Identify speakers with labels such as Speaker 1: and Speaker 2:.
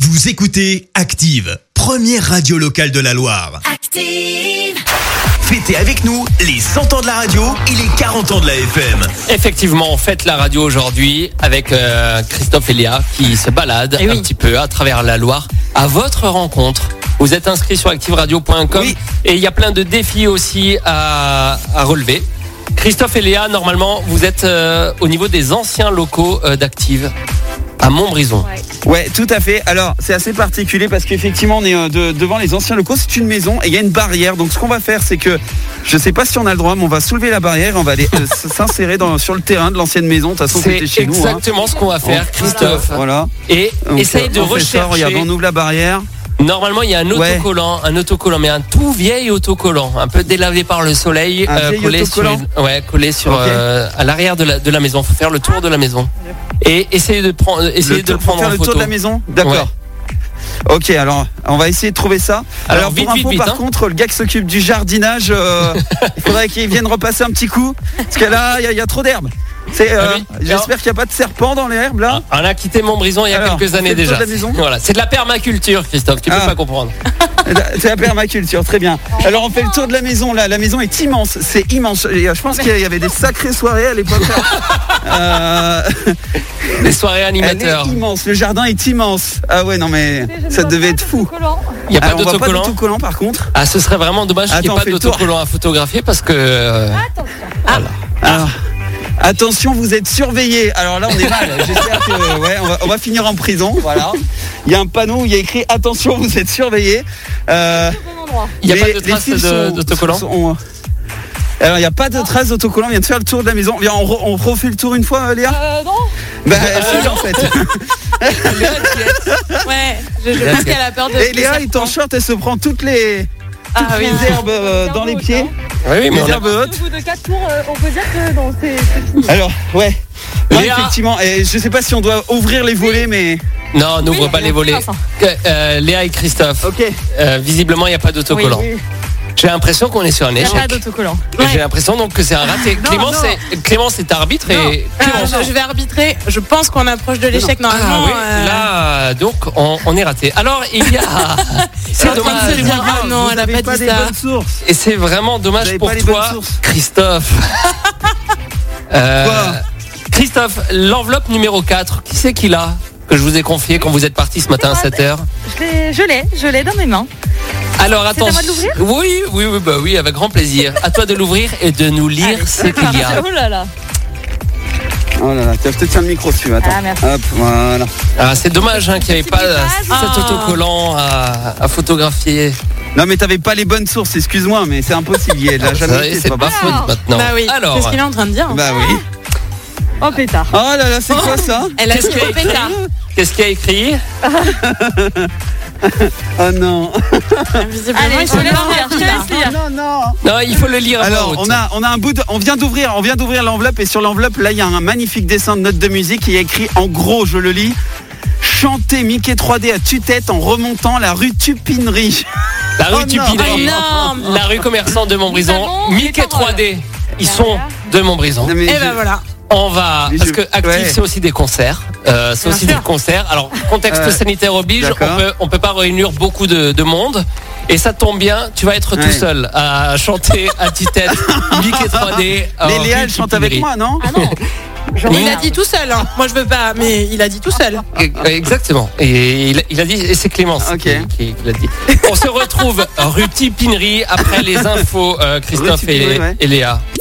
Speaker 1: Vous écoutez Active, première radio locale de la Loire.
Speaker 2: Active.
Speaker 1: Fêtez avec nous les 100 ans de la radio et les 40 ans de la FM.
Speaker 3: Effectivement, on fête la radio aujourd'hui avec euh, Christophe et Léa qui se baladent
Speaker 4: Eh oui.
Speaker 3: un petit peu à travers la Loire à votre rencontre. Vous êtes inscrit sur activeradio.com
Speaker 1: Oui.
Speaker 3: et il y a plein de défis aussi à, à relever. Christophe et Léa, normalement, vous êtes euh, au niveau des anciens locaux euh, d'Active à Montbrison.
Speaker 5: Ouais, tout à fait. Alors, c'est assez particulier parce qu'effectivement, on est euh, de- devant les anciens locaux. C'est une maison et il y a une barrière. Donc, ce qu'on va faire, c'est que je sais pas si on a le droit, mais on va soulever la barrière. et On va aller euh, s- s'insérer dans- sur le terrain de l'ancienne maison. De toute façon,
Speaker 3: C'est
Speaker 5: c'était chez nous. hein.
Speaker 3: exactement ce qu'on va faire, Christophe.
Speaker 5: Voilà.
Speaker 3: Et
Speaker 5: Donc,
Speaker 3: essaye
Speaker 5: euh,
Speaker 3: de
Speaker 5: on fait ça.
Speaker 3: rechercher.
Speaker 5: Regarde, on ouvre la barrière.
Speaker 3: Normalement, il y a un
Speaker 5: Ouais.
Speaker 3: autocollant, un autocollant, mais un tout vieil autocollant, un peu délavé par le soleil, euh,
Speaker 5: Un vieil
Speaker 3: collé sur,
Speaker 5: autocollant
Speaker 3: une- ouais, collé sur
Speaker 5: Ok.
Speaker 3: euh, à l'arrière de la, de la maison. Faut faire le tour de la maison et essayer de prendre, essayer
Speaker 5: Le
Speaker 3: de le
Speaker 5: tour- pour
Speaker 3: prendre en
Speaker 5: faire le tour
Speaker 3: photo.
Speaker 5: de la maison. D'accord. Ok, alors on va essayer de trouver ça.
Speaker 3: Alors,
Speaker 5: Alors,
Speaker 3: vite,
Speaker 5: pour
Speaker 3: vite,
Speaker 5: info,
Speaker 3: vite,
Speaker 5: par
Speaker 3: hein.
Speaker 5: contre, le gars qui s'occupe du jardinage, euh, il faudrait qu'il vienne repasser un petit coup. Parce que là, il y a- il y, a trop d'herbe. C'est, euh,
Speaker 3: Ah oui. Alors-
Speaker 5: J'espère qu'il n'y a pas de serpent dans l'herbe là.
Speaker 3: Ah, On a quitté Montbrison il y a
Speaker 5: Hein Alors,
Speaker 3: quelques
Speaker 5: on
Speaker 3: années
Speaker 5: fait le tour
Speaker 3: déjà.
Speaker 5: de la maison
Speaker 3: Voilà, c'est de la permaculture, Christophe. Tu peux
Speaker 5: Ah.
Speaker 3: pas comprendre.
Speaker 5: C'est la permaculture, très bien. Alors on fait le tour de la maison là. La maison est immense, c'est immense. Et, euh, Je pense qu'il y avait des sacrées soirées à l'époque. Euh,
Speaker 3: Les soirées
Speaker 5: elle est
Speaker 3: animateurs.
Speaker 5: immense, le jardin est immense. Ah ouais, non mais ça devait être fou.
Speaker 3: Il y a pas
Speaker 5: Alors, Ah, on voit pas
Speaker 3: d'autocollant.
Speaker 5: d'autocollant par contre.
Speaker 3: Ah, ce serait vraiment dommage qu'il n'y ait
Speaker 5: Attends,
Speaker 3: pas
Speaker 5: fais le tour.
Speaker 3: d'autocollant à photographier parce que. euh, voilà.
Speaker 5: Alors, Ah. attention, vous êtes surveillé. Alors là, on est mal. J'espère que ouais, on va, on va finir en prison. Voilà. Il y a un panneau où il y a écrit attention, vous êtes surveillé. Euh,
Speaker 3: Il n'y a
Speaker 5: les-
Speaker 3: pas de
Speaker 5: les
Speaker 3: traces
Speaker 5: fils
Speaker 3: de-
Speaker 5: sont-
Speaker 3: d'autocollant.
Speaker 5: sont- ont- Alors, il n'y a pas de traces d'autocollant. On vient de faire le tour de la maison. Viens, on, re- on refait le tour une fois, euh, Léa
Speaker 4: Ah.
Speaker 5: Bah, si, en fait. Ah,
Speaker 4: Ouais, je, je pense qu'elle a peur de.
Speaker 5: Et Léa est en short, elle se prend toutes les,
Speaker 4: Ah
Speaker 5: toutes
Speaker 4: oui.
Speaker 5: les herbes euh, dans les pieds.
Speaker 3: Oui, oui, mais
Speaker 5: Les
Speaker 3: on a-
Speaker 5: herbes hautes.
Speaker 6: bout de 4 tours, euh, on peut dire que non, c'est
Speaker 5: Alors, ouais. Non,
Speaker 3: Léa.
Speaker 5: effectivement. Et je sais pas si on doit ouvrir les volets, mais.
Speaker 3: Non, n'ouvre pas les volets. Euh, euh, Léa et Christophe.
Speaker 5: Ok.
Speaker 3: Euh, visiblement, il n'y a pas d'autocollant.
Speaker 5: Oui,
Speaker 3: J'ai l'impression qu'on est sur un
Speaker 4: Il n'y a pas
Speaker 3: échec.
Speaker 4: d'autocollant.
Speaker 3: J'ai l'impression donc que c'est un raté. Clémence,
Speaker 4: non.
Speaker 3: est, Clémence est arbitre
Speaker 4: Non.
Speaker 3: et
Speaker 4: Alors,
Speaker 3: Clémence.
Speaker 4: je, je vais arbitrer. Je pense qu'on approche de l'échec
Speaker 3: Ah
Speaker 4: normalement.
Speaker 3: oui,
Speaker 4: euh,
Speaker 3: là, donc on, on est raté. Alors il y a,
Speaker 4: c'est
Speaker 3: c'est
Speaker 4: en train de
Speaker 3: dommage.
Speaker 4: se dire, ah non,
Speaker 5: Vous
Speaker 4: elle a
Speaker 5: avez
Speaker 4: pas dit
Speaker 5: des
Speaker 4: ça.
Speaker 5: bonnes sources.
Speaker 3: Et c'est vraiment
Speaker 5: Vous
Speaker 3: dommage
Speaker 5: avez
Speaker 3: pour
Speaker 5: pas les
Speaker 3: toi,
Speaker 5: bonnes sources.
Speaker 3: Christophe. Euh,
Speaker 5: Quoi
Speaker 3: Christophe, l'enveloppe numéro 4, qui c'est qui l'a que je vous ai confié quand vous êtes parti ce matin à 7h.
Speaker 6: Je l'ai- je l'ai, je l'ai dans mes mains.
Speaker 3: Alors attends.
Speaker 6: à moi de l'ouvrir
Speaker 3: oui, oui, oui, bah oui, avec grand plaisir. À toi de l'ouvrir et de nous lire ce qu'il y a.
Speaker 6: Oh là là.
Speaker 5: Oh là là, tiens, je te tiens le micro si tu veux, attends.
Speaker 6: Ah, merci.
Speaker 5: Hop, voilà.
Speaker 3: Ah, c'est dommage hein, qu'il n'y avait pas
Speaker 6: Petit Ah.
Speaker 4: message.
Speaker 3: cet autocollant à, à photographier.
Speaker 5: Non mais t'avais pas les bonnes sources, excuse-moi, mais c'est impossible, il l'a
Speaker 3: Ah, Ça,
Speaker 5: jamais été,
Speaker 3: C'est
Speaker 5: c'est
Speaker 3: de
Speaker 5: pas
Speaker 3: ma
Speaker 5: possible.
Speaker 3: faute maintenant.
Speaker 4: Bah oui. Qu'est-ce
Speaker 3: Alors,
Speaker 4: qu'il est en train de dire
Speaker 5: Bah oui.
Speaker 6: Oh pétard.
Speaker 5: Oh là là, c'est quoi ça
Speaker 4: Elle a
Speaker 3: Qu'est-ce
Speaker 4: dit
Speaker 3: qu'il y a
Speaker 4: au pétard.
Speaker 3: qu'est-ce qu'il y a écrit
Speaker 5: Oh non.
Speaker 4: Visiblement,
Speaker 6: Allez,
Speaker 4: ils
Speaker 6: je
Speaker 4: sont
Speaker 6: te laisse
Speaker 4: morts.
Speaker 6: lire, je te laisse lire.
Speaker 5: Non, non.
Speaker 3: Non, il faut le lire. à
Speaker 5: Alors,
Speaker 3: voix haute.
Speaker 5: on a, on a un bout de, on vient d'ouvrir, on vient d'ouvrir l'enveloppe et sur l'enveloppe, là, il y a un magnifique dessin de note de musique. Il y a écrit, en gros, je le lis, chanter Mickey 3D à tue-tête en remontant la rue Tupinerie.
Speaker 3: la rue
Speaker 5: Oh
Speaker 3: du
Speaker 5: non.
Speaker 3: Pinet,
Speaker 4: Énorme.
Speaker 3: la rue commerçant de Montbrison,
Speaker 6: avons
Speaker 3: Mickey
Speaker 6: les paroles.
Speaker 3: 3D. Ils sont
Speaker 6: Voilà.
Speaker 3: de Montbrison.
Speaker 5: Non, mais
Speaker 4: Et
Speaker 5: je-
Speaker 4: ben voilà.
Speaker 3: On va
Speaker 5: Mais
Speaker 3: parce
Speaker 5: je-
Speaker 3: que actif
Speaker 5: ouais.
Speaker 3: c'est aussi des concerts, Euh, c'est
Speaker 4: Bien
Speaker 3: aussi
Speaker 4: sûr.
Speaker 3: des concerts. Alors contexte
Speaker 5: Euh,
Speaker 3: sanitaire oblige, on
Speaker 5: d'accord.
Speaker 3: peut on peut pas réunir beaucoup de, de monde. Et ça tombe bien, tu vas être tout
Speaker 5: Ouais.
Speaker 3: seul à chanter à tue-tête Mickey 3D.
Speaker 5: Mais
Speaker 4: Oh.
Speaker 3: en
Speaker 5: Léa,
Speaker 3: rue
Speaker 5: elle
Speaker 3: du
Speaker 5: chante
Speaker 3: Pinet.
Speaker 5: avec moi, non
Speaker 6: Ah non. Genre,
Speaker 4: Il a dit tout seul. hein. Moi, je veux pas, mais il a dit tout seul.
Speaker 3: Exactement. Et il, il a dit, et c'est Clémence
Speaker 5: Ok.
Speaker 3: qui, qui- qui l'a dit. On se retrouve rue Tipinerie après les infos, euh, Christophe
Speaker 5: Rue
Speaker 3: et,
Speaker 5: Tipinerie, ouais.
Speaker 3: et Léa.